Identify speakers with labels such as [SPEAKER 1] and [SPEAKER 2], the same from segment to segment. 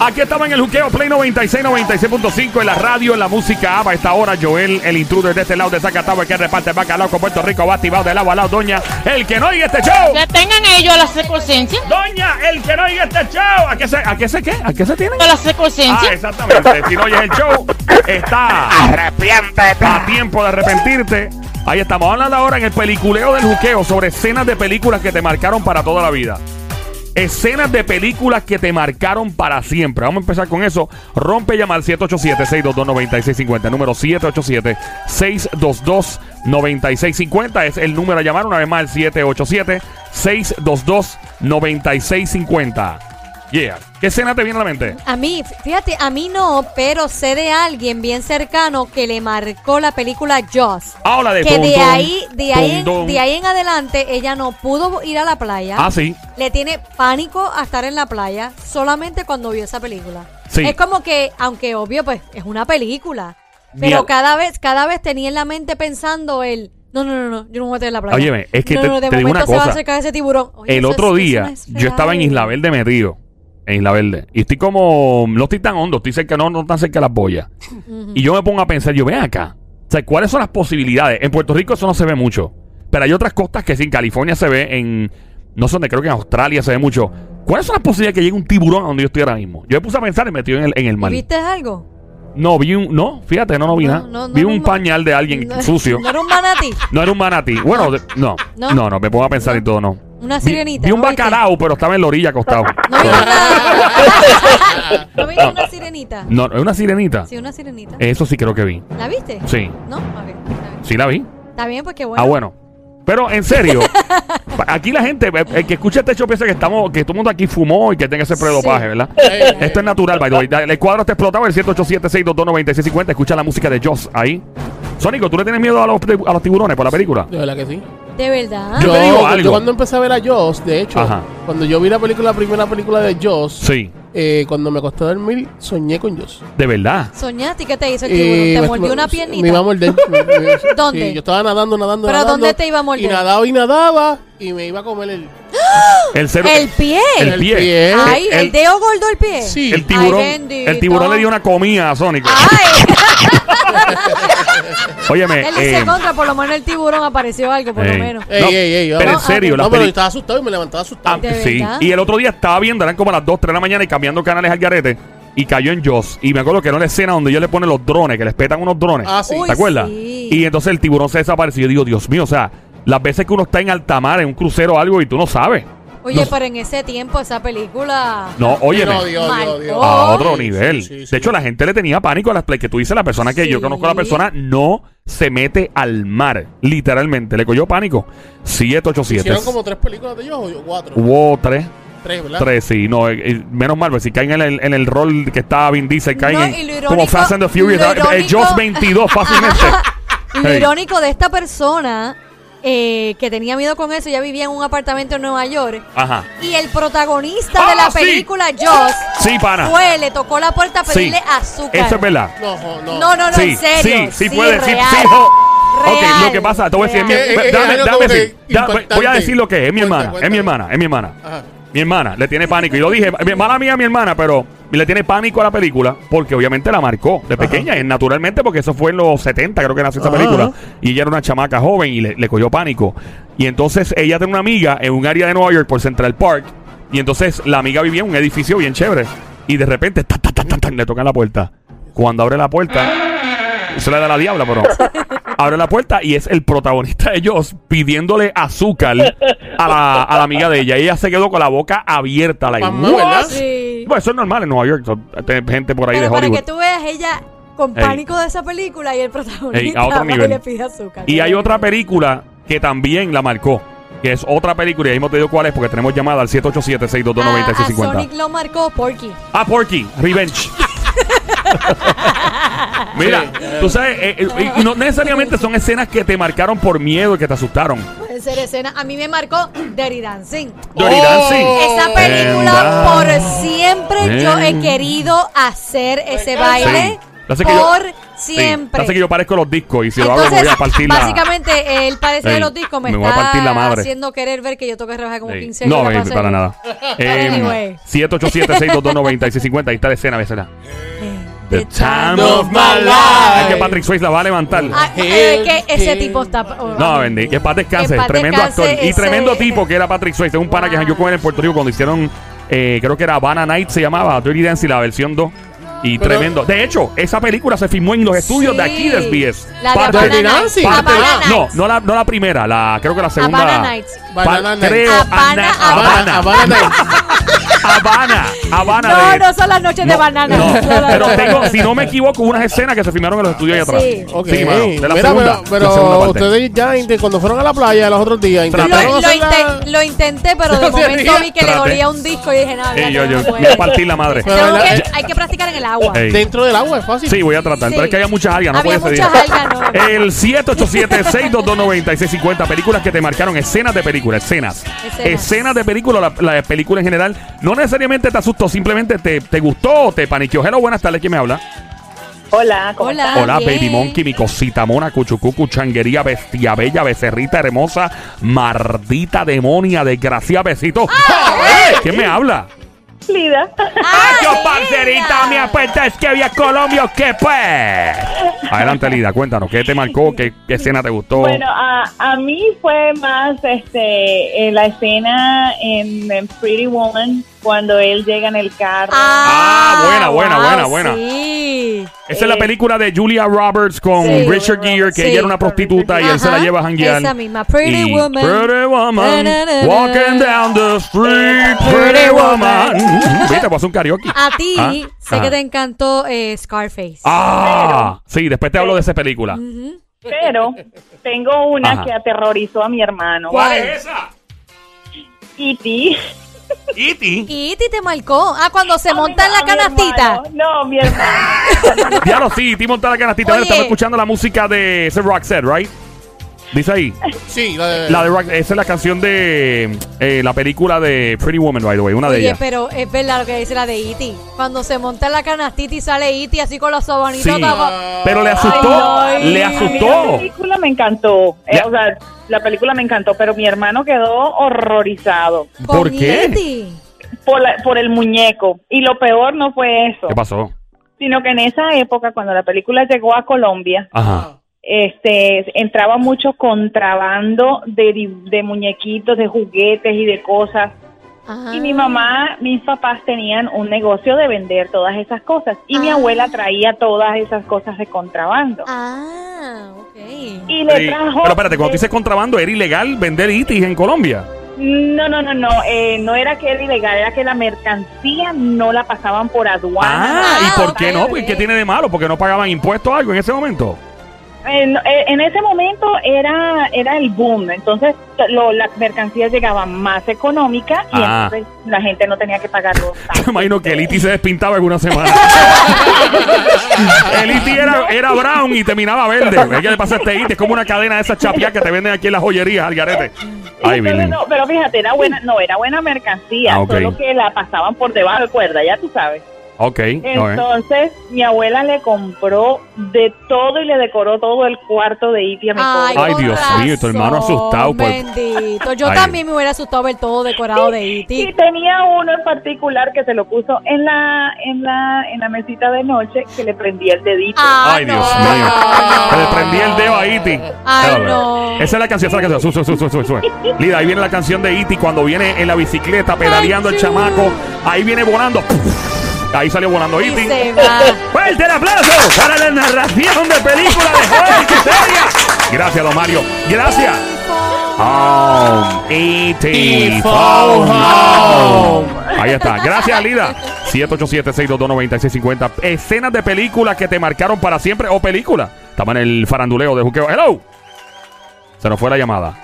[SPEAKER 1] Aquí estamos en el juqueo Play 96, 96.5 en la radio, en la música app. A esta hora, Joel, el intruder de este lado de Zacatau, el que reparte el bacalao con Puerto Rico, va activado del lado a lado. Doña, el que no oiga este show.
[SPEAKER 2] Que tengan ellos la circunstancia.
[SPEAKER 1] Doña, el que no oiga este show. ¿A qué se, a qué, se qué? ¿A qué se tiene?
[SPEAKER 2] La
[SPEAKER 1] Ah,
[SPEAKER 2] circunstancia.
[SPEAKER 1] exactamente. Si no oyes el show, está a tiempo de arrepentirte. Ahí estamos hablando ahora en el peliculeo del juqueo sobre escenas de películas que te marcaron para toda la vida. Escenas de películas que te marcaron para siempre. Vamos a empezar con eso. Rompe llamar 787-622-9650. Número 787-622-9650 es el número a llamar. Una vez más, el 787-622-9650. Yeah. ¿Qué escena te viene a la mente?
[SPEAKER 3] A mí, fíjate, a mí no, pero sé de alguien bien cercano que le marcó la película Jaws.
[SPEAKER 1] Ah, la de
[SPEAKER 3] que
[SPEAKER 1] Tum,
[SPEAKER 3] de
[SPEAKER 1] Tum,
[SPEAKER 3] ahí, de ahí,
[SPEAKER 1] Tum,
[SPEAKER 3] en,
[SPEAKER 1] Tum.
[SPEAKER 3] de ahí en adelante ella no pudo ir a la playa.
[SPEAKER 1] Ah, sí.
[SPEAKER 3] Le tiene pánico a estar en la playa solamente cuando vio esa película.
[SPEAKER 1] Sí.
[SPEAKER 3] Es como que, aunque obvio, pues es una película.
[SPEAKER 1] Mira.
[SPEAKER 3] Pero cada vez, cada vez tenía en la mente pensando el no, no, no, no, yo no me voy a meter en la playa.
[SPEAKER 1] Óyeme, es que
[SPEAKER 3] No,
[SPEAKER 1] te-
[SPEAKER 3] no, no, de
[SPEAKER 1] te digo
[SPEAKER 3] momento
[SPEAKER 1] una
[SPEAKER 3] se va
[SPEAKER 1] cosa.
[SPEAKER 3] a acercar ese tiburón. Oye,
[SPEAKER 1] el
[SPEAKER 3] eso
[SPEAKER 1] otro
[SPEAKER 3] es- eso
[SPEAKER 1] día
[SPEAKER 3] no es
[SPEAKER 1] yo estaba en
[SPEAKER 3] real.
[SPEAKER 1] Isla Verde metido. En Isla Verde. Y estoy como. No estoy tan hondo, estoy cerca, no, no tan cerca de las boyas. Y yo me pongo a pensar, yo ven acá. O sea, ¿cuáles son las posibilidades? En Puerto Rico eso no se ve mucho. Pero hay otras costas que sí, en California se ve, en. No sé dónde, creo que en Australia se ve mucho. ¿Cuáles son las posibilidades que llegue un tiburón a donde yo estoy ahora mismo? Yo me puse a pensar y metido en el, en el mar.
[SPEAKER 3] ¿Viste algo?
[SPEAKER 1] No, vi un. No, fíjate, no, no vi
[SPEAKER 3] No,
[SPEAKER 1] nada.
[SPEAKER 3] no, no,
[SPEAKER 1] vi
[SPEAKER 3] no,
[SPEAKER 1] un
[SPEAKER 3] no.
[SPEAKER 1] pañal de alguien
[SPEAKER 3] No-
[SPEAKER 1] sucio.
[SPEAKER 3] No era un manatí.
[SPEAKER 1] No era un manatí. Bueno, de- no. No,
[SPEAKER 3] No.
[SPEAKER 1] no, me pongo a pensar y todo, no.
[SPEAKER 3] Una
[SPEAKER 1] Vi,
[SPEAKER 3] sirenita.
[SPEAKER 1] vi un
[SPEAKER 3] ¿no viste?
[SPEAKER 1] bacalao, pero estaba en la orilla acostado.
[SPEAKER 3] No viste nada. ¿No viste una sirenita?
[SPEAKER 1] No, es una sirenita.
[SPEAKER 3] Sí, una sirenita.
[SPEAKER 1] Eso sí creo que vi.
[SPEAKER 3] ¿La viste?
[SPEAKER 1] Eh, Sí,
[SPEAKER 3] ¿No? Ok. está bien.
[SPEAKER 1] sí la vi.
[SPEAKER 3] Está bien, pues qué bueno.
[SPEAKER 1] Ah, bueno. Pero en serio, pa- aquí la gente, eh, el que escucha este show piensa que estamos, que todo el mundo aquí fumó y que tenga ese predopaje,
[SPEAKER 3] Sí.
[SPEAKER 1] ¿verdad? Esto es natural, by the way. Da- El cuadro está explotado, el 787-622-9650. Escucha la música de Joss ahí. Sónico, ¿tú le tienes miedo a los, a los tiburones por la película?
[SPEAKER 4] De verdad que sí.
[SPEAKER 3] De verdad.
[SPEAKER 1] Yo
[SPEAKER 4] Ah, Yo,
[SPEAKER 1] te digo
[SPEAKER 4] yo
[SPEAKER 1] algo.
[SPEAKER 4] cuando empecé a ver a Joss, de hecho,
[SPEAKER 1] Ajá.
[SPEAKER 4] cuando yo vi la película, la primera película de Joss,
[SPEAKER 1] Sí,
[SPEAKER 4] eh, cuando me acosté a dormir, soñé con Joss.
[SPEAKER 1] de verdad.
[SPEAKER 3] Soñaste y qué te hizo el tiburón.
[SPEAKER 4] Eh,
[SPEAKER 3] te
[SPEAKER 4] me-
[SPEAKER 3] mordió
[SPEAKER 4] me-
[SPEAKER 3] una
[SPEAKER 4] Me iba a
[SPEAKER 3] piernita.
[SPEAKER 4] morder. Me- me-
[SPEAKER 3] ¿Dónde?
[SPEAKER 4] sí, yo estaba nadando, nadando,
[SPEAKER 3] ¿Pero
[SPEAKER 4] nadando.
[SPEAKER 3] dónde te iba a morder?
[SPEAKER 4] Y nadaba y nadaba y me iba a comer el,
[SPEAKER 1] El cero.
[SPEAKER 3] El pie.
[SPEAKER 1] El pie.
[SPEAKER 3] Ay, el,
[SPEAKER 1] el-
[SPEAKER 3] dedo gordo el pie.
[SPEAKER 4] Sí.
[SPEAKER 1] El tiburón,
[SPEAKER 3] Ay, bendito.
[SPEAKER 1] el tiburón le dio una comida a Sónico.
[SPEAKER 3] Ay,
[SPEAKER 1] Óyeme,
[SPEAKER 3] él dice
[SPEAKER 1] eh,
[SPEAKER 3] contra, por lo menos el tiburón apareció algo, por
[SPEAKER 1] Eh.
[SPEAKER 3] lo menos.
[SPEAKER 4] Ey,
[SPEAKER 1] No,
[SPEAKER 4] ey, ey,
[SPEAKER 1] pero
[SPEAKER 4] ahora-
[SPEAKER 1] en serio,
[SPEAKER 4] No,
[SPEAKER 1] las
[SPEAKER 4] pero
[SPEAKER 1] peli-
[SPEAKER 4] yo estaba asustado y me levantaba asustado.
[SPEAKER 1] ah,
[SPEAKER 3] ¿De
[SPEAKER 1] sí.
[SPEAKER 3] verdad?
[SPEAKER 1] Y el otro día estaba viendo, eran como las 2, 3 de la mañana y cambiando canales al garete. Y cayó en Joss. Y me acuerdo que era una escena donde yo le ponen los drones, que les petan unos drones.
[SPEAKER 4] Ah, sí.
[SPEAKER 3] Uy,
[SPEAKER 1] ¿Te acuerdas?
[SPEAKER 3] sí.
[SPEAKER 1] Y entonces el tiburón se desapareció. Yo digo, Dios mío, o sea, las veces que uno está en alta mar, en un crucero o algo, y tú no sabes.
[SPEAKER 3] Oye,
[SPEAKER 1] No.
[SPEAKER 3] pero en ese tiempo, esa película.
[SPEAKER 1] No, óyeme.
[SPEAKER 4] Pero, Dios, Dios, Dios.
[SPEAKER 3] Marcó.
[SPEAKER 1] A otro
[SPEAKER 4] Sí,
[SPEAKER 1] nivel.
[SPEAKER 4] sí, sí, sí.
[SPEAKER 1] De hecho, la gente le tenía pánico a las play que tú dices. La persona que yo
[SPEAKER 3] Sí.
[SPEAKER 1] conozco, la persona no se mete al mar. Literalmente. Le cogió pánico. 787.
[SPEAKER 4] Hicieron como tres películas de Joss o cuatro.
[SPEAKER 1] Hubo tres.
[SPEAKER 4] tres, ¿verdad?
[SPEAKER 1] Tres, sí. No, eh, eh, menos mal, pues si caen en el, en el rol que está Vin Diesel, caen
[SPEAKER 3] No,
[SPEAKER 1] en-
[SPEAKER 3] y lo irónico-
[SPEAKER 1] como Fast and the Furious.
[SPEAKER 3] lo
[SPEAKER 1] eh, eh,
[SPEAKER 3] irónico-
[SPEAKER 1] Jaws 22, fácilmente.
[SPEAKER 3] Lo
[SPEAKER 1] Hey.
[SPEAKER 3] irónico de esta persona eh, que tenía miedo con eso, ya vivía en un apartamento en Nueva York.
[SPEAKER 1] Ajá.
[SPEAKER 3] Y el protagonista
[SPEAKER 1] Ah,
[SPEAKER 3] de la
[SPEAKER 1] sí.
[SPEAKER 3] película Joss
[SPEAKER 1] Sí, pana.
[SPEAKER 3] fue, le tocó la puerta a
[SPEAKER 1] Sí.
[SPEAKER 3] pedirle azúcar.
[SPEAKER 1] Eso es verdad.
[SPEAKER 4] No, jo- no.
[SPEAKER 3] No, no, no,
[SPEAKER 1] sí,
[SPEAKER 3] en serio.
[SPEAKER 1] sí, sí, puede, sí,
[SPEAKER 3] real.
[SPEAKER 1] sí, jo. Ok,
[SPEAKER 3] Real,
[SPEAKER 1] lo que pasa, te voy a decir, mi-
[SPEAKER 4] real.
[SPEAKER 1] dame-
[SPEAKER 4] Eh, eh,
[SPEAKER 1] dame-
[SPEAKER 4] algo
[SPEAKER 1] dame
[SPEAKER 4] como
[SPEAKER 1] decir,
[SPEAKER 4] que
[SPEAKER 1] da- voy a
[SPEAKER 4] impactante.
[SPEAKER 1] decir lo que es, es mi
[SPEAKER 4] Cuenta,
[SPEAKER 1] hermana, es mi
[SPEAKER 4] cuéntame.
[SPEAKER 1] hermana, es mi hermana.
[SPEAKER 4] Ajá.
[SPEAKER 1] Mi hermana le tiene pánico. Y yo dije, mi hermana mía, mi hermana, pero le tiene pánico a la película porque obviamente la marcó de pequeña, y naturalmente, porque eso fue en los 70, creo que nació esa
[SPEAKER 4] Ajá.
[SPEAKER 1] película. Y ella era una chamaca joven y le, le cogió pánico. Y entonces ella tiene una amiga en un área de Nueva York por Central Park Y entonces la amiga vivía en un edificio bien chévere. Y de repente, ta, ta, ta, ta, ta, le tocan la puerta. Cuando abre la puerta, se le da la diabla, pero. Abre la puerta y es el protagonista de ellos pidiéndole azúcar a la, a la amiga de ella. Y ella se quedó con la boca abierta. Like,
[SPEAKER 4] Mamá,
[SPEAKER 1] "What?"
[SPEAKER 4] ¿verdad?
[SPEAKER 3] Sí.
[SPEAKER 1] Bueno, eso es normal en Nueva York. so- Hay gente por ahí
[SPEAKER 3] Pero
[SPEAKER 1] de
[SPEAKER 3] para
[SPEAKER 1] Hollywood.
[SPEAKER 3] que tú veas ella con
[SPEAKER 1] Ey.
[SPEAKER 3] pánico de esa película y el protagonista
[SPEAKER 1] Ey, a otro
[SPEAKER 3] va y
[SPEAKER 1] nivel.
[SPEAKER 3] le pide azúcar.
[SPEAKER 1] Y hay otra película que también la marcó, que es otra película, y ahí mismo te digo cuál es, porque tenemos llamada al
[SPEAKER 3] a, a
[SPEAKER 1] 787-622-9650.
[SPEAKER 3] Ah, Sonic lo marcó Porky.
[SPEAKER 1] Ah, Porky, Revenge. Mira, tú sabes, eh, eh, y no necesariamente son escenas que te marcaron por miedo y que te asustaron.
[SPEAKER 3] Puede ser escena. A mí me marcó Dirty Dancing.
[SPEAKER 1] Dirty
[SPEAKER 4] Oh.
[SPEAKER 1] Dancing.
[SPEAKER 3] Esa película por siempre yo he
[SPEAKER 1] Bien.
[SPEAKER 3] querido hacer ese baile.
[SPEAKER 1] Sí. Lo hace que yo-
[SPEAKER 3] Por
[SPEAKER 1] Sí,
[SPEAKER 3] siempre.
[SPEAKER 1] Así que yo parezco los discos y si lo hago me
[SPEAKER 3] Entonces,
[SPEAKER 1] voy a partir la...
[SPEAKER 3] básicamente, el parecer de
[SPEAKER 1] Ey,
[SPEAKER 3] los discos me,
[SPEAKER 1] me voy a partir
[SPEAKER 3] está
[SPEAKER 1] la madre.
[SPEAKER 3] haciendo querer ver que yo tengo que rebajar como
[SPEAKER 1] Sí.
[SPEAKER 3] 15
[SPEAKER 1] No,
[SPEAKER 3] libras
[SPEAKER 1] baby,
[SPEAKER 3] hacer-
[SPEAKER 1] para nada. Em,
[SPEAKER 3] Anyway.
[SPEAKER 1] 787-622-9650. Ahí está la escena, bésela.
[SPEAKER 3] Eh,
[SPEAKER 1] The time
[SPEAKER 4] of my life.
[SPEAKER 1] Es que Patrick Swayze la va a levantar.
[SPEAKER 3] Ah, eh, que ese tipo está. oh,
[SPEAKER 1] No, Bendy, que paz descanse.
[SPEAKER 3] Que en paz
[SPEAKER 1] tremendo
[SPEAKER 3] descanse
[SPEAKER 1] actor. Y
[SPEAKER 3] ese-
[SPEAKER 1] tremendo tipo que era Patrick Swayze. Un pana que yo con él en Puerto Rico cuando hicieron, eh, creo que era Havana Night, se llamaba Dirty Dancing, la versión 2. Y
[SPEAKER 4] Pero-
[SPEAKER 1] tremendo. De hecho, esa película se filmó en los estudios de aquí de SBS.
[SPEAKER 3] La de
[SPEAKER 1] Parte-
[SPEAKER 3] Havana
[SPEAKER 4] Dirty
[SPEAKER 3] Nights.
[SPEAKER 4] Dancing.
[SPEAKER 3] Havana
[SPEAKER 4] Parte-
[SPEAKER 3] Nights.
[SPEAKER 1] no, no la, no la primera, la, creo que la segunda.
[SPEAKER 3] Havana Nights.
[SPEAKER 1] Pa-
[SPEAKER 4] Banana Nights.
[SPEAKER 1] creo,
[SPEAKER 3] Habana-
[SPEAKER 1] Ana-
[SPEAKER 4] Habana,
[SPEAKER 1] Habana.
[SPEAKER 4] Habana Nights.
[SPEAKER 1] Habana, Habana.
[SPEAKER 3] No,
[SPEAKER 1] de-
[SPEAKER 3] no son las noches de banana.
[SPEAKER 1] no,
[SPEAKER 3] No, no,
[SPEAKER 1] pero
[SPEAKER 3] no,
[SPEAKER 1] tengo,
[SPEAKER 3] no.
[SPEAKER 1] si no me equivoco, unas escenas que se filmaron en los estudios allá atrás.
[SPEAKER 3] Sí.
[SPEAKER 4] Ok.
[SPEAKER 1] Sí, mano, de la
[SPEAKER 4] Mira,
[SPEAKER 1] segunda,
[SPEAKER 4] pero, pero
[SPEAKER 1] la segunda parte.
[SPEAKER 4] ustedes ya inte- cuando fueron a la playa los otros días
[SPEAKER 3] Lo,
[SPEAKER 1] Traté.
[SPEAKER 4] intentaron
[SPEAKER 3] lo
[SPEAKER 4] hacer la-
[SPEAKER 3] inte- lo intenté, pero de
[SPEAKER 4] No se
[SPEAKER 3] momento
[SPEAKER 4] ría.
[SPEAKER 3] vi que le
[SPEAKER 1] Traté.
[SPEAKER 3] olía un disco y dije, nada,
[SPEAKER 1] Ey, yo,
[SPEAKER 3] no,
[SPEAKER 1] yo,
[SPEAKER 3] no
[SPEAKER 1] me voy a
[SPEAKER 3] puedo.
[SPEAKER 1] partir la madre.
[SPEAKER 3] Tengo
[SPEAKER 4] Pero
[SPEAKER 3] que-
[SPEAKER 4] la-
[SPEAKER 3] hay que practicar en el agua.
[SPEAKER 1] Ey.
[SPEAKER 4] dentro del agua, es fácil.
[SPEAKER 1] Sí, voy a tratar.
[SPEAKER 3] Sí.
[SPEAKER 1] Pero es que había muchas algas, no
[SPEAKER 3] Había
[SPEAKER 1] puede ser.
[SPEAKER 3] muchas
[SPEAKER 1] directo.
[SPEAKER 3] algas, no.
[SPEAKER 1] El 787-622-9650. Películas que te marcaron, escenas de película, escenas.
[SPEAKER 3] Escenas.
[SPEAKER 1] Escenas, de película, la, la película en general. No necesariamente te asustó, simplemente te, te gustó o te paniqueó. Hello, buenas tardes, ¿quién me habla?
[SPEAKER 5] Hola, ¿cómo
[SPEAKER 3] Hola.
[SPEAKER 5] estás?
[SPEAKER 1] Hola,
[SPEAKER 3] bien.
[SPEAKER 1] Baby Monkey, mi cosita mona, cuchucucu, changuería, bestia bella, becerrita hermosa, mardita demonia, desgracia, besito. ¡Eh! ¿Quién me habla?
[SPEAKER 5] Lida.
[SPEAKER 3] ¡Ah,
[SPEAKER 1] ¡Ay, yo,
[SPEAKER 3] Lida!
[SPEAKER 1] parcerita mía! Pues es que vi a Colombia, ¿qué pues? Adelante, Lida, cuéntanos, ¿qué te marcó? ¿Qué, qué escena te gustó?
[SPEAKER 5] Bueno, a, a mí fue más este eh, la escena en, en Pretty Woman cuando él llega en el carro.
[SPEAKER 1] Ah, buena, buena, buena, buena.
[SPEAKER 3] Sí.
[SPEAKER 1] Esa es la película de Julia Roberts con
[SPEAKER 3] eh, Sí,
[SPEAKER 1] Richard
[SPEAKER 5] Julia
[SPEAKER 1] Gere, que
[SPEAKER 3] Sí.
[SPEAKER 1] ella era una prostituta y él se la
[SPEAKER 3] Ajá,
[SPEAKER 1] lleva a janguear.
[SPEAKER 3] esa misma, Pretty
[SPEAKER 1] Y
[SPEAKER 3] Woman.
[SPEAKER 1] Pretty
[SPEAKER 3] Na,
[SPEAKER 1] Woman,
[SPEAKER 3] na, na.
[SPEAKER 1] walking down the street, Pretty Woman. Viste, pasó un karaoke.
[SPEAKER 3] A ti
[SPEAKER 1] Ah,
[SPEAKER 3] sé
[SPEAKER 1] ajá.
[SPEAKER 3] que te encantó eh, Scarface.
[SPEAKER 1] Ah, sí, después te hablo de esa película.
[SPEAKER 5] Pero tengo una
[SPEAKER 1] Ajá.
[SPEAKER 5] que aterrorizó a mi hermano.
[SPEAKER 1] es esa? E
[SPEAKER 5] Kitty.
[SPEAKER 1] ¿Iti?
[SPEAKER 3] Y Iti te marcó. Ah, cuando se monta en la canastita.
[SPEAKER 5] No, mi hermano.
[SPEAKER 1] Claro, sí, Timo está la canastita.
[SPEAKER 3] Oye.
[SPEAKER 1] Estamos escuchando la música de ese Roxette, ¿right? Dice ahí.
[SPEAKER 4] Sí, la de.
[SPEAKER 1] La de Rock, esa es la canción de eh, la película de Pretty Woman, by the way, una de
[SPEAKER 3] Oye,
[SPEAKER 1] ellas.
[SPEAKER 3] pero es verdad lo que dice la de Iti. Cuando se monta en la canastita y sale Iti así con los sobanitos
[SPEAKER 1] Sí.
[SPEAKER 3] tapados.
[SPEAKER 1] Pero le asustó,
[SPEAKER 3] Ay, no,
[SPEAKER 1] le
[SPEAKER 3] y-
[SPEAKER 5] A mí La
[SPEAKER 1] asustó.
[SPEAKER 5] película me encantó. Eh,
[SPEAKER 1] Oh. Ya.
[SPEAKER 5] o sea, la película me encantó, pero mi hermano quedó horrorizado
[SPEAKER 1] ¿Por
[SPEAKER 3] con
[SPEAKER 1] qué?
[SPEAKER 3] Iti.
[SPEAKER 5] por, la- por el muñeco. Y lo peor no fue eso,
[SPEAKER 1] ¿Qué pasó?
[SPEAKER 5] sino que en esa época, cuando la película llegó a Colombia,
[SPEAKER 4] Ah.
[SPEAKER 1] Ajá.
[SPEAKER 5] este entraba mucho contrabando de, di- de muñequitos, de juguetes y de cosas.
[SPEAKER 3] Ajá.
[SPEAKER 5] Y mi mamá, mis papás tenían un negocio de vender todas esas cosas. Y mi
[SPEAKER 3] Ah.
[SPEAKER 5] abuela traía todas esas cosas de contrabando.
[SPEAKER 3] Ah, ok.
[SPEAKER 5] Y le
[SPEAKER 1] Sí.
[SPEAKER 5] trajo...
[SPEAKER 1] Pero espérate, cuando
[SPEAKER 5] de-
[SPEAKER 1] dices contrabando, ¿era ilegal vender itis en Colombia?
[SPEAKER 5] No, no, no, no. eh, no era que era ilegal, era que la mercancía no la pasaban por aduana.
[SPEAKER 1] Ah,
[SPEAKER 3] Ah,
[SPEAKER 1] ¿y por qué
[SPEAKER 3] ok,
[SPEAKER 1] no?
[SPEAKER 3] ok.
[SPEAKER 1] Porque ¿Qué tiene de malo? Porque no pagaban impuestos o algo en ese momento.
[SPEAKER 5] En, eh, en ese momento era era el boom, entonces lo, la mercancía llegaba más económica y
[SPEAKER 1] Ah.
[SPEAKER 5] entonces la gente no tenía que pagar los
[SPEAKER 1] Yo
[SPEAKER 5] taxes.
[SPEAKER 1] me imagino que el itis se despintaba en una semana. el itis era, era brown y terminaba verde. ¿Qué le pasa a este itis? Es como una cadena de esas chapias que te venden aquí en las joyerías, al garete. Ay,
[SPEAKER 5] No, no,
[SPEAKER 1] Billy.
[SPEAKER 5] no, pero fíjate, era buena, no, era buena mercancía,
[SPEAKER 1] Ah, ok.
[SPEAKER 5] solo que la pasaban por debajo de cuerda, ya tú sabes.
[SPEAKER 1] Ok, alright.
[SPEAKER 5] Entonces, mi abuela le compró de todo y le decoró todo el cuarto de Iti a mi pobre.
[SPEAKER 1] Ay,
[SPEAKER 3] con
[SPEAKER 1] Dios mío, tu hermano
[SPEAKER 3] razón,
[SPEAKER 1] asustado por-
[SPEAKER 3] Bendito. Yo
[SPEAKER 1] Ay.
[SPEAKER 3] también me hubiera asustado ver todo decorado de E
[SPEAKER 5] Y
[SPEAKER 3] Iti.
[SPEAKER 5] tenía uno en particular que se lo puso en la en la en la mesita de noche que le prendía el dedito.
[SPEAKER 3] Ah,
[SPEAKER 1] Ay,
[SPEAKER 3] no.
[SPEAKER 1] Dios mío. Le prendí el dedo a Iti.
[SPEAKER 3] Ay,
[SPEAKER 1] Espérame.
[SPEAKER 3] no.
[SPEAKER 1] Esa es la canción, esa es la canción. Sube, sube, sube, sube, sube. Lida, ahí viene la canción de Iti cuando viene en la bicicleta pedaleando
[SPEAKER 3] Ay,
[SPEAKER 1] el
[SPEAKER 3] chu.
[SPEAKER 1] chamaco. Ahí viene volando. Ahí salió volando
[SPEAKER 3] Y
[SPEAKER 1] Iti.
[SPEAKER 3] se va.
[SPEAKER 1] ¡Fuerte el aplauso para la narración de película de Joel Quiseria! Gracias, don Mario. Gracias. Home. E.T. Phone Home. Ahí está. Gracias, Lida. 787-622-9650. Escenas de películas que te marcaron para siempre o películas. Estamos en el faranduleo de Juqueo. ¡Hello! Se nos fue la llamada.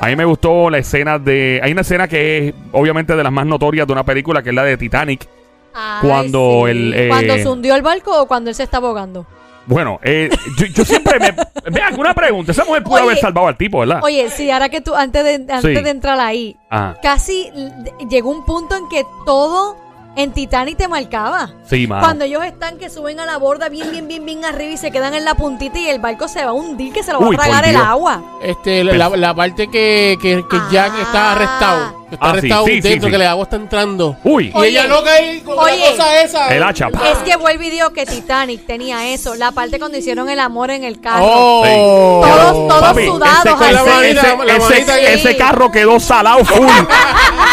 [SPEAKER 1] A mí me gustó la escena de... Hay una escena que es obviamente de las más notorias de una película, que es la de Titanic.
[SPEAKER 3] Ay,
[SPEAKER 1] Ah, Cuando
[SPEAKER 3] sí.
[SPEAKER 1] el, eh,
[SPEAKER 3] Cuando se hundió el barco o cuando él se está abogando.
[SPEAKER 1] Bueno, eh, yo, yo siempre me... Vean, una pregunta. Esa mujer pudo
[SPEAKER 3] Oye.
[SPEAKER 1] haber salvado al tipo, ¿verdad?
[SPEAKER 3] Oye, sí, ahora que tú, antes de, antes
[SPEAKER 1] Ah. Sí.
[SPEAKER 3] de entrar ahí,
[SPEAKER 1] Ajá.
[SPEAKER 3] casi l- llegó un punto en que todo en Titanic te marcaba.
[SPEAKER 1] Sí, mano.
[SPEAKER 3] Cuando ellos están que suben a la borda bien, bien, bien, bien arriba y se quedan en la puntita y el barco se va a hundir, que se lo va
[SPEAKER 1] Uy,
[SPEAKER 3] a
[SPEAKER 1] por
[SPEAKER 3] tragar el
[SPEAKER 1] Dios.
[SPEAKER 3] agua.
[SPEAKER 4] Este, la, la- la parte que, que, que Jack
[SPEAKER 3] Ah.
[SPEAKER 4] está arrestado. que Está
[SPEAKER 1] Ah, sí,
[SPEAKER 4] arrestado
[SPEAKER 1] sí, sí,
[SPEAKER 4] dentro,
[SPEAKER 1] sí.
[SPEAKER 4] que el agua está entrando.
[SPEAKER 1] Uy,
[SPEAKER 4] Y
[SPEAKER 3] Oye,
[SPEAKER 4] ella loca ahí con
[SPEAKER 3] oye.
[SPEAKER 4] la cosa esa.
[SPEAKER 1] el hacha.
[SPEAKER 3] Es que vuelve y digo que Titanic tenía eso, la parte cuando hicieron el amor en el carro.
[SPEAKER 4] Oh.
[SPEAKER 3] Todos- todos
[SPEAKER 1] Papi,
[SPEAKER 3] sudados,
[SPEAKER 1] ese-
[SPEAKER 3] Con la
[SPEAKER 1] ese-
[SPEAKER 4] manita,
[SPEAKER 1] ese-
[SPEAKER 4] la manita
[SPEAKER 1] ese-
[SPEAKER 4] que-
[SPEAKER 1] ese carro quedó salado full.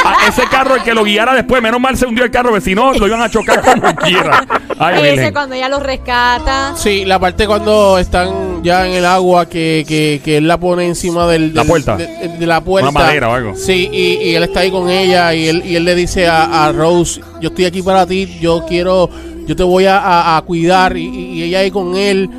[SPEAKER 1] A- ese carro, el que lo guiara después, menos mal se hundió el carro, porque si no, lo iban a chocar como quiera. Ay,
[SPEAKER 3] Ese
[SPEAKER 1] Virgen.
[SPEAKER 3] cuando ella los rescata.
[SPEAKER 4] Sí, la parte cuando están ya en el agua que, que, que él la pone encima del,
[SPEAKER 1] La
[SPEAKER 4] del-
[SPEAKER 1] puerta.
[SPEAKER 4] De, de la puerta.
[SPEAKER 1] Una madera o algo.
[SPEAKER 4] Sí, y, y él está ahí con ella y él, y él le dice a, a Rose, yo estoy aquí para ti, yo quiero, yo te voy a, a- a cuidar y, y ella ahí con él.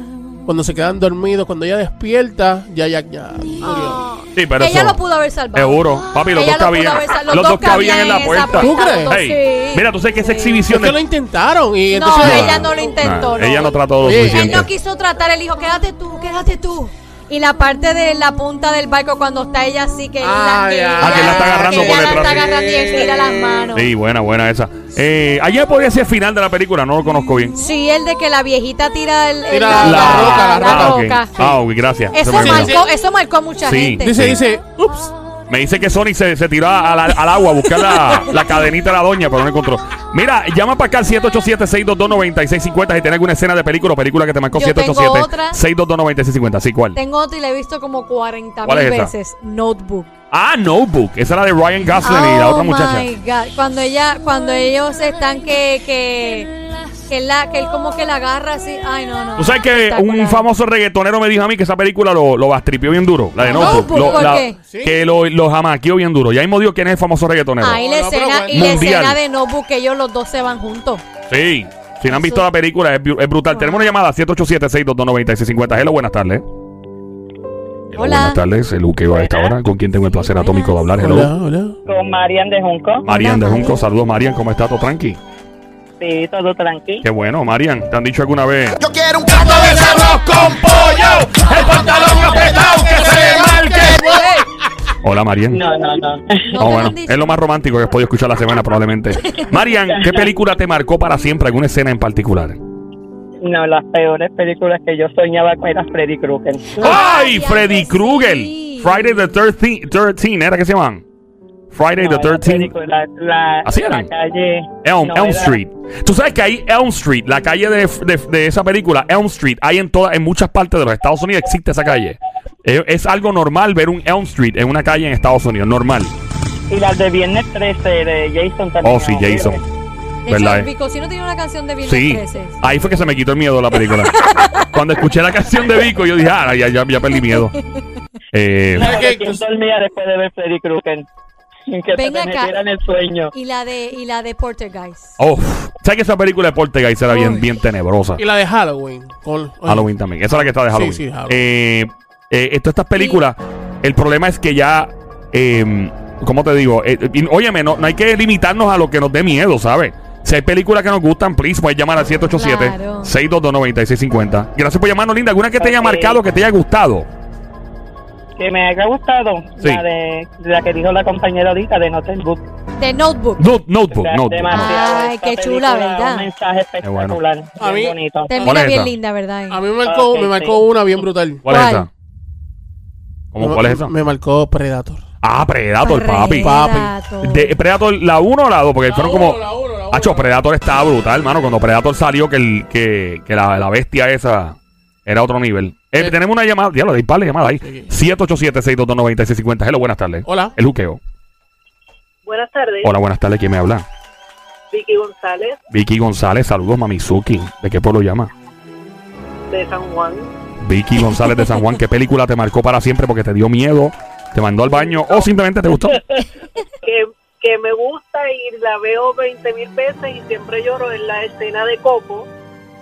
[SPEAKER 4] Cuando se quedan dormidos, cuando ella despierta, ya, ya, ya.
[SPEAKER 3] Ah.
[SPEAKER 4] murió.
[SPEAKER 1] Sí, pero
[SPEAKER 3] ella
[SPEAKER 1] eso-
[SPEAKER 3] lo pudo haber salvado.
[SPEAKER 1] Seguro. Papi, los
[SPEAKER 3] Ella
[SPEAKER 1] dos
[SPEAKER 3] lo pudo
[SPEAKER 1] cabían.
[SPEAKER 3] haber sal-
[SPEAKER 1] Los dos cabían en la
[SPEAKER 3] esa
[SPEAKER 1] puerta.
[SPEAKER 4] ¿Tú crees?
[SPEAKER 3] los dos
[SPEAKER 1] Ey,
[SPEAKER 3] sí.
[SPEAKER 1] Mira, tú sabes que esa exhibición
[SPEAKER 4] Es que lo
[SPEAKER 1] de...
[SPEAKER 4] intentaron y
[SPEAKER 3] No,
[SPEAKER 4] entonces...
[SPEAKER 3] ella no lo intentó.
[SPEAKER 1] Nah, ella no trató lo
[SPEAKER 4] Oye, él
[SPEAKER 3] Él
[SPEAKER 1] suficiente.
[SPEAKER 3] no quiso tratar, él dijo, quédate tú, quédate tú. Y la parte de la punta del barco cuando está ella así que...
[SPEAKER 4] Ah,
[SPEAKER 3] la,
[SPEAKER 4] ya.
[SPEAKER 1] Ah, que la está agarrando
[SPEAKER 3] que
[SPEAKER 1] por
[SPEAKER 3] ella la
[SPEAKER 1] detrás.
[SPEAKER 3] está agarrando y estira las manos.
[SPEAKER 1] Sí, buena, buena esa. Eh, ayer podría ser el final de la película, no lo conozco bien.
[SPEAKER 3] Sí, el de que la viejita tira el... el-
[SPEAKER 4] Tira La- la roca, la
[SPEAKER 1] ah,
[SPEAKER 4] roca.
[SPEAKER 1] ok. Ah, ok, gracias.
[SPEAKER 3] Eso,
[SPEAKER 1] Se me olvidó.
[SPEAKER 3] marcó, eso marcó a mucha
[SPEAKER 1] Sí.
[SPEAKER 3] gente.
[SPEAKER 4] Dice, dice, ups.
[SPEAKER 1] Me dice que Sonic se, se tiró a la- al agua a buscar la, la cadenita de la doña, pero no encontró. Mira, llama para acá al 787-622-9650 si tienes alguna escena de película o película que te marcó
[SPEAKER 3] Yo tengo otra.
[SPEAKER 1] 787-622-9650. Sí, ¿cuál?
[SPEAKER 3] Tengo otra y la he visto como 40
[SPEAKER 1] ¿Cuál
[SPEAKER 3] mil
[SPEAKER 1] es esa?
[SPEAKER 3] veces. Notebook.
[SPEAKER 1] Ah, Notebook. Esa era de Ryan Gosling y la otra muchacha.
[SPEAKER 3] Oh my God. Cuando ella, cuando ellos están que, que, que la, que él como que la agarra así. Ay, no, no.
[SPEAKER 1] Tú sabes que un
[SPEAKER 3] Espectacular.
[SPEAKER 1] famoso reggaetonero me dijo a mí que esa película lo, lo bastripió bien duro, la de Notebook.
[SPEAKER 3] Notebook,
[SPEAKER 1] Lo-
[SPEAKER 3] ¿por
[SPEAKER 1] la-
[SPEAKER 3] qué?
[SPEAKER 4] Sí.
[SPEAKER 1] Que lo, lo jamaqueó bien duro. Ya mismo dijo quién es el famoso reggaetonero.
[SPEAKER 3] Ahí la
[SPEAKER 4] No, pero
[SPEAKER 3] escena,
[SPEAKER 4] bueno.
[SPEAKER 3] y la
[SPEAKER 1] Mundial.
[SPEAKER 3] escena de Notebook que ellos los dos se van juntos.
[SPEAKER 1] Sí. Si no han visto la película, es, bru- es brutal. Tenemos una llamada 787-622-9650. Hello, buenas tardes. Hello,
[SPEAKER 3] Hola.
[SPEAKER 1] Buenas tardes, el Luqueo a esta hora. ¿Con quién tengo el placer atómico de hablar? Hello.
[SPEAKER 4] Hola, hola.
[SPEAKER 5] Con Marian de Junco.
[SPEAKER 1] Marian de
[SPEAKER 3] Hola,
[SPEAKER 1] Junco.
[SPEAKER 3] Marian.
[SPEAKER 1] Saludos, Marian. ¿Cómo estás? ¿Todo tranqui?
[SPEAKER 5] Sí, todo tranquilo.
[SPEAKER 1] Qué bueno, Marian. ¿Te han dicho alguna vez?
[SPEAKER 6] Yo quiero un plato de arroz con pollo, el pantalón apretado que se le marque.
[SPEAKER 1] Hola, Marian.
[SPEAKER 5] No, no, no.
[SPEAKER 3] No
[SPEAKER 1] Oh,
[SPEAKER 3] te lo
[SPEAKER 1] bueno,
[SPEAKER 3] han dicho.
[SPEAKER 1] es lo más romántico que he podido escuchar la semana probablemente. Marian, ¿qué película te marcó para siempre? ¿Alguna escena en particular?
[SPEAKER 5] No, las peores películas que yo soñaba era Freddy Krueger.
[SPEAKER 1] ¡Ay,
[SPEAKER 3] Ay,
[SPEAKER 1] Freddy
[SPEAKER 3] que
[SPEAKER 1] Krueger!
[SPEAKER 3] sí.
[SPEAKER 1] Friday the 13, 13 ¿era que se llaman? Friday the 13
[SPEAKER 5] la,
[SPEAKER 1] Así eran.
[SPEAKER 5] calle
[SPEAKER 1] Elm, Elm Street. Tú sabes que ahí Elm Street, la calle de, de- de esa película, Elm Street, hay en todas, en muchas partes de los Estados Unidos existe esa calle. Eh, Es algo normal ver un Elm Street en una calle en Estados Unidos, normal.
[SPEAKER 5] Y las de Viernes 13 de Jason
[SPEAKER 1] Oh, sí, Jason.
[SPEAKER 3] De hecho,
[SPEAKER 1] ¿Verdad, eh?
[SPEAKER 3] el Picosino tiene una canción de Viernes
[SPEAKER 1] Sí, Ah.
[SPEAKER 3] 13.
[SPEAKER 1] ahí fue que se me quitó el miedo de la película. Cuando escuché la canción de Vico, yo dije, ah, ya, ya, ya perdí miedo. Eh,
[SPEAKER 4] ¿Qué?
[SPEAKER 5] dormía después de ver Freddy Krueger. Que
[SPEAKER 3] Ven acá.
[SPEAKER 5] en el sueño.
[SPEAKER 3] Y la de, y la de Poltergeist.
[SPEAKER 1] oh, ¿Sabes que esa película de Poltergeist era bien, bien tenebrosa?
[SPEAKER 4] Y la de Halloween. con-
[SPEAKER 1] Halloween también. Esa es la que está de
[SPEAKER 4] Sí,
[SPEAKER 1] Halloween.
[SPEAKER 4] sí, Halloween.
[SPEAKER 1] Eh, eh, esto- estas películas, el problema es que ya, eh, ¿cómo te digo? Eh, eh, y- óyeme, no, no hay que limitarnos a lo que nos dé miedo, ¿sabes? Si hay películas que nos gustan, please, puedes llamar al 787-622-9650. Gracias por llamarnos, linda. ¿Alguna que te haya
[SPEAKER 5] Ok.
[SPEAKER 1] marcado, que te haya gustado?
[SPEAKER 5] Que me haya gustado
[SPEAKER 1] Sí.
[SPEAKER 5] la de la que dijo la compañera ahorita de Notebook.
[SPEAKER 3] de Notebook.
[SPEAKER 1] No- notebook,
[SPEAKER 7] De-
[SPEAKER 1] notebook.
[SPEAKER 7] demasiado.
[SPEAKER 3] Ay,
[SPEAKER 7] Esta
[SPEAKER 3] qué chula,
[SPEAKER 7] película,
[SPEAKER 3] ¿verdad?
[SPEAKER 7] Un mensaje espectacular.
[SPEAKER 4] A mí-
[SPEAKER 7] bien bonito.
[SPEAKER 3] Te
[SPEAKER 1] ¿Cuál
[SPEAKER 3] mira
[SPEAKER 1] es
[SPEAKER 3] bien
[SPEAKER 1] esa?
[SPEAKER 3] linda, ¿verdad?
[SPEAKER 4] A mí me marcó,
[SPEAKER 7] Ah, Ok,
[SPEAKER 4] me marcó
[SPEAKER 7] sí.
[SPEAKER 4] una bien brutal.
[SPEAKER 1] ¿Cuál es
[SPEAKER 3] ¿Cuál?
[SPEAKER 1] esa? ¿Cómo, ¿Cuál es esa?
[SPEAKER 4] Me marcó Predator.
[SPEAKER 1] Ah, Predator, papi.
[SPEAKER 3] Predator.
[SPEAKER 1] De, eh, Predator, la 1 o la 2, porque fueron como.
[SPEAKER 4] la uno, la uno.
[SPEAKER 1] Hacho, Predator estaba brutal, mano. Cuando Predator salió, que, el, que, que la, la bestia esa era otro nivel. Eh,
[SPEAKER 4] Eh.
[SPEAKER 1] tenemos una llamada, diablo, hay par de llamadas ahí.
[SPEAKER 4] Sí.
[SPEAKER 1] 787-622-9650. Hello, buenas tardes.
[SPEAKER 4] Hola.
[SPEAKER 1] El juqueo.
[SPEAKER 5] Buenas tardes,
[SPEAKER 1] Hola, buenas tardes. ¿Quién me habla?
[SPEAKER 5] Vicky González
[SPEAKER 1] Vicky González, saludos, Mamizuki. ¿De qué pueblo llama?
[SPEAKER 5] de San Juan.
[SPEAKER 1] Vicky González de San Juan, ¿qué película te marcó para siempre porque te dio miedo, te mandó al baño o simplemente te gustó?
[SPEAKER 5] que, que me gusta y la veo 20 mil veces y siempre lloro en la escena de Coco.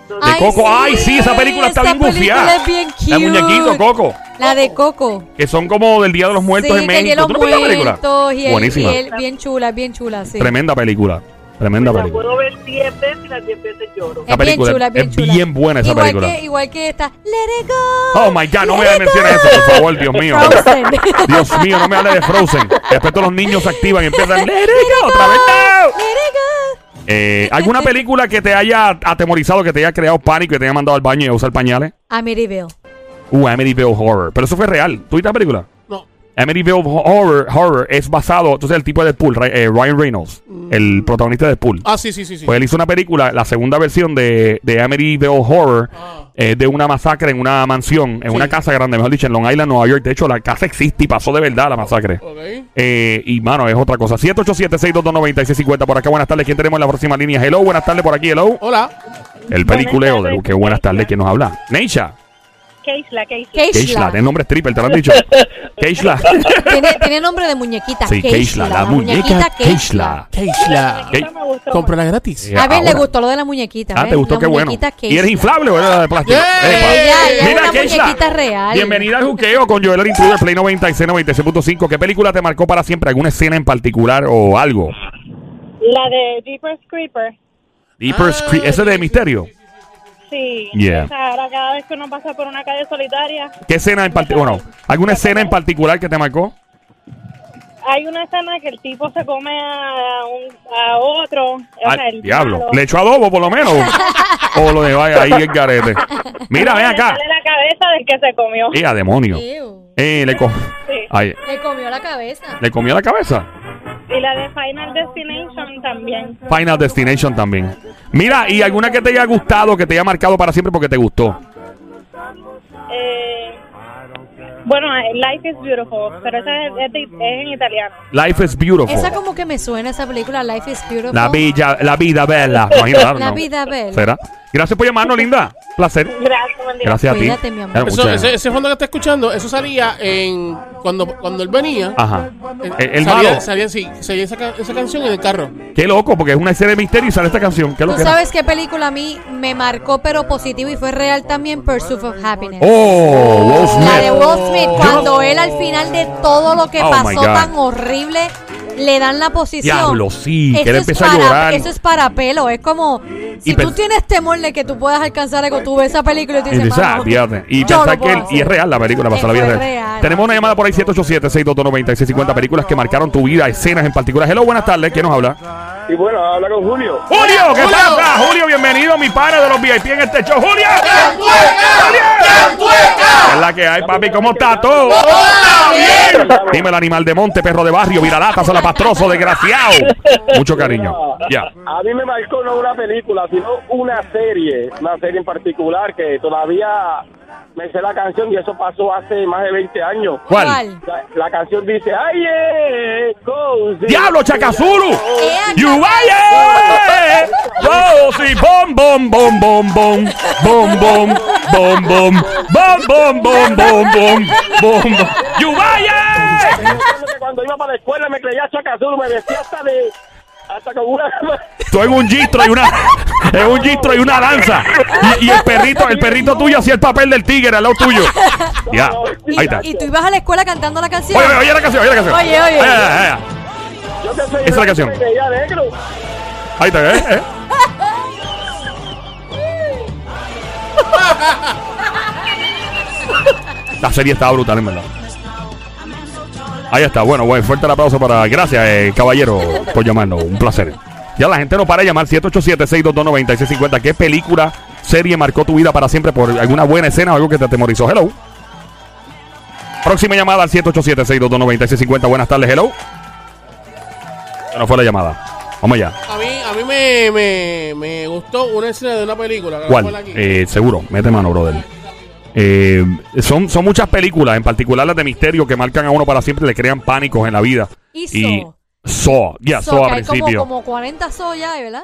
[SPEAKER 5] donde-
[SPEAKER 1] De Coco. Ay, sí, esa película está bien gufiada.
[SPEAKER 3] película es bien cute.
[SPEAKER 1] La muñequito, Coco.
[SPEAKER 3] La de Coco.
[SPEAKER 1] Que son como del Día de oh. los Muertos
[SPEAKER 3] sí,
[SPEAKER 1] en
[SPEAKER 3] que
[SPEAKER 1] México.
[SPEAKER 3] dieron
[SPEAKER 1] ¿Tú no viste la película?
[SPEAKER 3] muertos y él-
[SPEAKER 1] Buenísima.
[SPEAKER 3] y él- bien chula, bien chula, sí.
[SPEAKER 1] Tremenda película. Tremenda
[SPEAKER 5] La
[SPEAKER 1] película.
[SPEAKER 5] puedo ver 10 veces y las 10 veces
[SPEAKER 1] Esa
[SPEAKER 5] lloro.
[SPEAKER 3] Es bien
[SPEAKER 1] película
[SPEAKER 3] chula, es bien
[SPEAKER 1] es
[SPEAKER 3] chula.
[SPEAKER 1] bien buena esa
[SPEAKER 3] igual
[SPEAKER 1] película.
[SPEAKER 3] Que, igual que esta. Let it go.
[SPEAKER 1] Oh my God, no me
[SPEAKER 3] let it
[SPEAKER 1] menciones
[SPEAKER 3] go.
[SPEAKER 1] eso, por favor, Dios mío.
[SPEAKER 3] Frozen.
[SPEAKER 1] Dios mío, no me hables de Frozen. Después todos los niños se activan y empiezan. "Let it go", otra vez
[SPEAKER 3] Let
[SPEAKER 1] no.
[SPEAKER 3] it go.
[SPEAKER 1] Eh, ¿Alguna película que te haya atemorizado, que te haya creado pánico, que te haya mandado al baño y a usar pañales?
[SPEAKER 3] Amityville.
[SPEAKER 1] Uh, Amityville Horror. Pero eso fue real. ¿Tú viste la película?
[SPEAKER 4] No.
[SPEAKER 1] Amityville Ho- Horror, Horror es basado, entonces el tipo de Deadpool, Ry- eh, Ryan Reynolds, el protagonista de Deadpool.
[SPEAKER 4] Ah, sí, sí, sí. sí.
[SPEAKER 1] Pues él hizo una película, la segunda versión de, de Amityville Horror, eh, de una masacre en una mansión, en
[SPEAKER 4] Sí.
[SPEAKER 1] una casa grande, mejor dicho, en Long Island, Nueva York. De hecho, la casa existe y pasó de verdad la masacre.
[SPEAKER 4] Ok.
[SPEAKER 1] Eh, y mano, es otra cosa. 787-622-9650 por acá. Buenas tardes. ¿Quién tenemos en la próxima línea? Hello, buenas tardes por aquí. Hello.
[SPEAKER 4] Hola.
[SPEAKER 1] El
[SPEAKER 5] Buenas
[SPEAKER 1] peliculeo
[SPEAKER 5] tardes,
[SPEAKER 1] de que buenas tardes. ¿Quién nos habla? Neisha.
[SPEAKER 5] Keisla, Keisla.
[SPEAKER 1] Keishla.
[SPEAKER 3] Keishla.
[SPEAKER 1] El nombre es triple, te lo han dicho. Keishla.
[SPEAKER 3] Tiene, tiene nombre de muñequita.
[SPEAKER 1] sí, Keishla. La muñeca Keishla.
[SPEAKER 4] Keishla.
[SPEAKER 1] Kei-
[SPEAKER 5] Me gustó
[SPEAKER 4] Cómprala gratis.
[SPEAKER 1] Eh,
[SPEAKER 3] A ver, le
[SPEAKER 1] ahora.
[SPEAKER 3] gustó lo de la muñequita.
[SPEAKER 1] Ah,
[SPEAKER 3] ¿ves?
[SPEAKER 1] te gustó,
[SPEAKER 3] La
[SPEAKER 1] qué bueno.
[SPEAKER 3] muñequita
[SPEAKER 1] ¿Y eres
[SPEAKER 3] Keishla.
[SPEAKER 1] inflable o eres la de plástico?
[SPEAKER 4] Yeah.
[SPEAKER 1] Epa.
[SPEAKER 4] Ella-
[SPEAKER 3] ella es una
[SPEAKER 1] Keishla,
[SPEAKER 3] muñequita real.
[SPEAKER 1] Bienvenida al juqueo con Joel el Intruder, Play 96, 96.5. ¿Qué película te marcó para siempre? ¿Alguna escena en particular o algo?
[SPEAKER 5] La de Deeper Creeper.
[SPEAKER 3] Ah,
[SPEAKER 1] Deepers Creek. ¿Ese de misterio?
[SPEAKER 5] Sí.
[SPEAKER 1] Yeah.
[SPEAKER 5] Esa era cada vez que uno pasa por una calle solitaria.
[SPEAKER 1] ¿Qué escena en particular? Bueno, ¿alguna escena en particular que te marcó?
[SPEAKER 5] Hay una escena que el tipo se come a, un, a otro. o sea,
[SPEAKER 1] Al
[SPEAKER 5] el
[SPEAKER 1] diablo.
[SPEAKER 5] malo.
[SPEAKER 1] ¿Le echó adobo por lo menos? o lo de vaya ahí el garete. Mira, ven
[SPEAKER 5] Le
[SPEAKER 1] acá.
[SPEAKER 5] sale la cabeza del que se comió.
[SPEAKER 1] ¡Ea, demonio!
[SPEAKER 3] Ew,
[SPEAKER 1] Eh, le, co- Ay,
[SPEAKER 3] Le comió la cabeza.
[SPEAKER 1] le comió la cabeza.
[SPEAKER 5] Y la de Final Destination también.
[SPEAKER 1] Final Destination también. Mira, y alguna que te haya gustado, que te haya marcado para siempre porque te gustó.
[SPEAKER 5] Eh, bueno, eh, Life is Beautiful, pero esa es, es de- es en italiano.
[SPEAKER 1] Life is beautiful.
[SPEAKER 3] Esa como que me suena esa película, Life is Beautiful.
[SPEAKER 1] La vida, la vida bella. Me imagino, claro,
[SPEAKER 3] La
[SPEAKER 1] ¿no?
[SPEAKER 3] vida bella.
[SPEAKER 1] ¿Será? Gracias por llamarnos, linda. Placer.
[SPEAKER 5] Gracias, buen día.
[SPEAKER 1] Gracias a ti.
[SPEAKER 3] Cuídate, mi amor.
[SPEAKER 1] Claro,
[SPEAKER 4] Eso,
[SPEAKER 1] muchas-
[SPEAKER 4] ese, ese fondo que está escuchando, eso salía en cuando, cuando él venía.
[SPEAKER 1] Ajá. Ah, El, el
[SPEAKER 4] salía,
[SPEAKER 1] malo.
[SPEAKER 4] salía, sí, salía esa, ca- esa canción en el carro.
[SPEAKER 1] Qué loco, porque es una serie de misterio y sale esta canción. Qué
[SPEAKER 3] Tú
[SPEAKER 1] loco.
[SPEAKER 3] sabes qué película a mí me marcó, pero positivo y fue real también, Pursuit of Happiness.
[SPEAKER 1] Oh, Will Smith.
[SPEAKER 3] La de Will Smith,
[SPEAKER 1] Yo
[SPEAKER 3] cuando
[SPEAKER 1] no-
[SPEAKER 3] él al final de todo lo que
[SPEAKER 1] Oh, my
[SPEAKER 3] pasó
[SPEAKER 1] God.
[SPEAKER 3] tan horrible, le dan la posición.
[SPEAKER 1] Diablo, sí,
[SPEAKER 3] Eso
[SPEAKER 1] que él
[SPEAKER 3] es
[SPEAKER 1] empieza a
[SPEAKER 3] para-
[SPEAKER 1] llorar.
[SPEAKER 3] Eso es para pelo, es como, si tú
[SPEAKER 1] pens-
[SPEAKER 3] tienes temor de que tú puedas alcanzar algo, tú ves esa película y tú
[SPEAKER 1] Y,
[SPEAKER 3] dices,
[SPEAKER 1] dices, ah,
[SPEAKER 3] "Mano,
[SPEAKER 1] fíjate. y
[SPEAKER 3] yo
[SPEAKER 1] pensar
[SPEAKER 3] lo
[SPEAKER 1] que
[SPEAKER 3] puedo
[SPEAKER 1] él- y es
[SPEAKER 3] hacer".
[SPEAKER 1] real la película, pasa la vida
[SPEAKER 3] Fue
[SPEAKER 1] real.
[SPEAKER 3] real.
[SPEAKER 1] Tenemos una llamada por ahí, 787-622-9650. Películas que marcaron tu vida, escenas en particular. Hello, buenas tardes. ¿Quién nos habla?
[SPEAKER 7] Y bueno, habla con Julio.
[SPEAKER 1] Julio, ¿qué pasa? Julio, bienvenido, mi padre de los VIP en este show. Julio, ¿Qué es la que hay, papi? ¿Cómo estás tú? Dime el animal de monte, perro de barrio, viralata, salapastroso, desgraciado. Mucho cariño. Ya.
[SPEAKER 7] A mí me marcó no una película, sino una serie, una serie en particular que todavía me sé la canción y eso pasó hace más de 20 años.
[SPEAKER 1] ¿Cuál?
[SPEAKER 7] La, la canción dice, ¡ay, eh! go, sí".
[SPEAKER 1] ¡Diablo, Chacazuru!
[SPEAKER 3] Ea,
[SPEAKER 1] ¡Yubaye! ¡Oh, sí! ¡Bom, bom, bom, bom, bom! ¡Bom, bom, bom, bom! ¡Bom, bom, bom, bom, bom! ¡Bom, bom! ¡Yubaye!
[SPEAKER 7] Yo recuerdo que Cuando iba para la escuela me creía Chacazul, me vestía hasta de... Hasta con una...
[SPEAKER 1] Tú en un gistro y una. En un gistro y una lanza. Y, y el perrito, el perrito tuyo hacía el papel del tigre al lado tuyo. Ya. Ahí está.
[SPEAKER 3] Y tú ibas a la escuela cantando la canción.
[SPEAKER 1] Oye, oye, oye la canción, oye la canción.
[SPEAKER 3] Oye, oye.
[SPEAKER 1] Ay, ay, ay, ay.
[SPEAKER 7] Yo te soy
[SPEAKER 1] Esa es la canción.
[SPEAKER 7] Me creía negro.
[SPEAKER 1] Ahí está, ¿eh? ¿eh? La serie estaba brutal, en verdad. Ahí está, bueno, bueno, fuerte el aplauso para. Gracias, eh, caballero, por llamarnos. Un placer. Ya la gente no para de llamar 787-622-9650. ¿Qué película, serie marcó tu vida para siempre por alguna buena escena o algo que te atemorizó? Hello. Próxima llamada al 787-622-9650. Buenas tardes, hello. No fue la llamada. Vamos allá.
[SPEAKER 4] A mí, a mí me, me, me gustó una escena de una película. que la pongo
[SPEAKER 1] ¿Cuál?
[SPEAKER 4] aquí.
[SPEAKER 1] Eh, seguro, mete mano, brother. Eh, son, son muchas películas, en particular las de misterio, que marcan a uno para siempre, le crean pánicos en la vida.
[SPEAKER 3] Y Saw.
[SPEAKER 1] Saw, ya,
[SPEAKER 3] So,
[SPEAKER 1] Saw
[SPEAKER 3] que
[SPEAKER 1] al
[SPEAKER 3] hay como-
[SPEAKER 1] principio.
[SPEAKER 3] Como, 40 so ya, ¿verdad?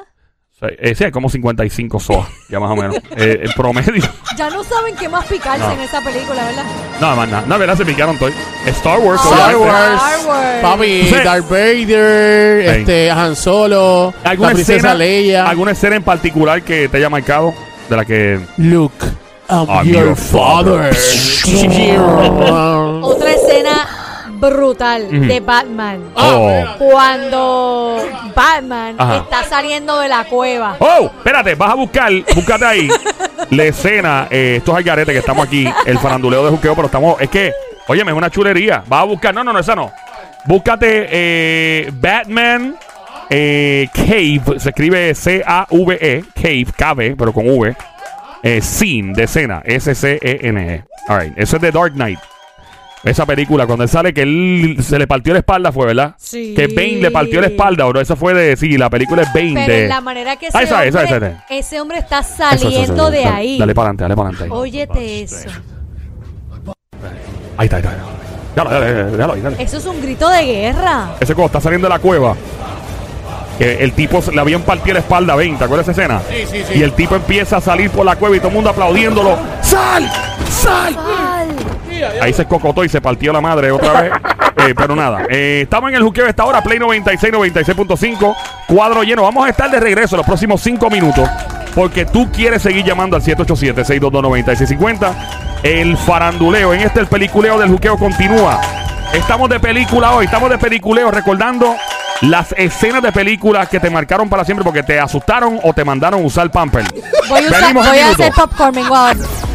[SPEAKER 1] Eh, sí, hay como 55 Saw, ya más o menos. Eh, el promedio.
[SPEAKER 3] Ya no saben qué más picarse
[SPEAKER 1] No.
[SPEAKER 3] en esa película, ¿verdad?
[SPEAKER 1] Nada más, nada. No, ¿verdad? Se picaron todo. Star Wars,
[SPEAKER 4] Star
[SPEAKER 1] obviamente.
[SPEAKER 4] Wars,
[SPEAKER 3] Star Wars.
[SPEAKER 4] papi,
[SPEAKER 1] Sí.
[SPEAKER 4] Darth Vader,
[SPEAKER 1] Ey.
[SPEAKER 4] este, Han Solo, la
[SPEAKER 1] ¿Alguna
[SPEAKER 4] princesa
[SPEAKER 1] escena,
[SPEAKER 4] Leia,
[SPEAKER 1] ¿Alguna escena en particular que te haya marcado? De la que.
[SPEAKER 4] Luke, I'm,
[SPEAKER 1] I'm
[SPEAKER 4] your,
[SPEAKER 1] your
[SPEAKER 4] father. Oh.
[SPEAKER 3] Otra escena brutal
[SPEAKER 1] Ujú.
[SPEAKER 3] de Batman.
[SPEAKER 4] Ah,
[SPEAKER 1] Oh.
[SPEAKER 3] Cuando Batman
[SPEAKER 1] Ajá.
[SPEAKER 3] está saliendo de la cueva.
[SPEAKER 1] ¡Oh! Espérate, vas a buscar, búscate ahí la escena. eh, esto es Algarete que estamos aquí, el faranduleo de juqueo, pero estamos. Es que, óyeme, es una chulería. Vas a buscar. No, no, no, esa no. Búscate eh, Batman eh, Cave. Se escribe C-A-V-E. E, Cave, Cave, pero con V. Eh, scene, de escena. E S-C-E-N-E. Alright, eso es de Dark Knight. Esa película, cuando él sale, que él se le partió la espalda, fue, ¿verdad?
[SPEAKER 3] Sí.
[SPEAKER 1] Que Bane le partió la espalda, bro. Esa fue de. Sí, la película es Bane
[SPEAKER 3] Pero
[SPEAKER 1] de.
[SPEAKER 3] en la manera que ese,
[SPEAKER 1] Ah, esa,
[SPEAKER 3] hombre,
[SPEAKER 1] esa, esa, esa.
[SPEAKER 3] ese hombre está
[SPEAKER 1] Eso, eso, eso,
[SPEAKER 3] saliendo
[SPEAKER 1] eso.
[SPEAKER 3] de
[SPEAKER 1] Dale-
[SPEAKER 3] ahí.
[SPEAKER 1] Dale para adelante, dale para adelante.
[SPEAKER 3] Óyete eso.
[SPEAKER 1] Ahí está, ahí está. ahí está. Dale, dale, dale, dale, dale.
[SPEAKER 3] Eso es un grito de guerra.
[SPEAKER 1] Ese cuando está saliendo de la cueva, que el tipo se- le habían partido la espalda, ven, ¿te acuerdas de esa escena?
[SPEAKER 4] Sí, sí, sí.
[SPEAKER 1] Y el tipo empieza a salir por la cueva y todo el mundo aplaudiéndolo. ¡Sal! ¡Sal! Ahí se escocotó y se partió la madre otra vez. Eh, pero nada, eh, estamos en el juqueo de esta hora, Play 96, 96.5, cuadro lleno. Vamos a estar de regreso los próximos 5 minutos porque tú quieres seguir llamando al 787-622-9650. El faranduleo, en este el peliculeo del juqueo continúa. Estamos de película hoy, estamos de peliculeo recordando las escenas de películas que te marcaron para siempre porque te asustaron o te mandaron usar pamper.
[SPEAKER 3] Voy a, usar-
[SPEAKER 1] Venimos en
[SPEAKER 3] voy a
[SPEAKER 1] minutos.
[SPEAKER 3] hacer popcorn, vengo ahora.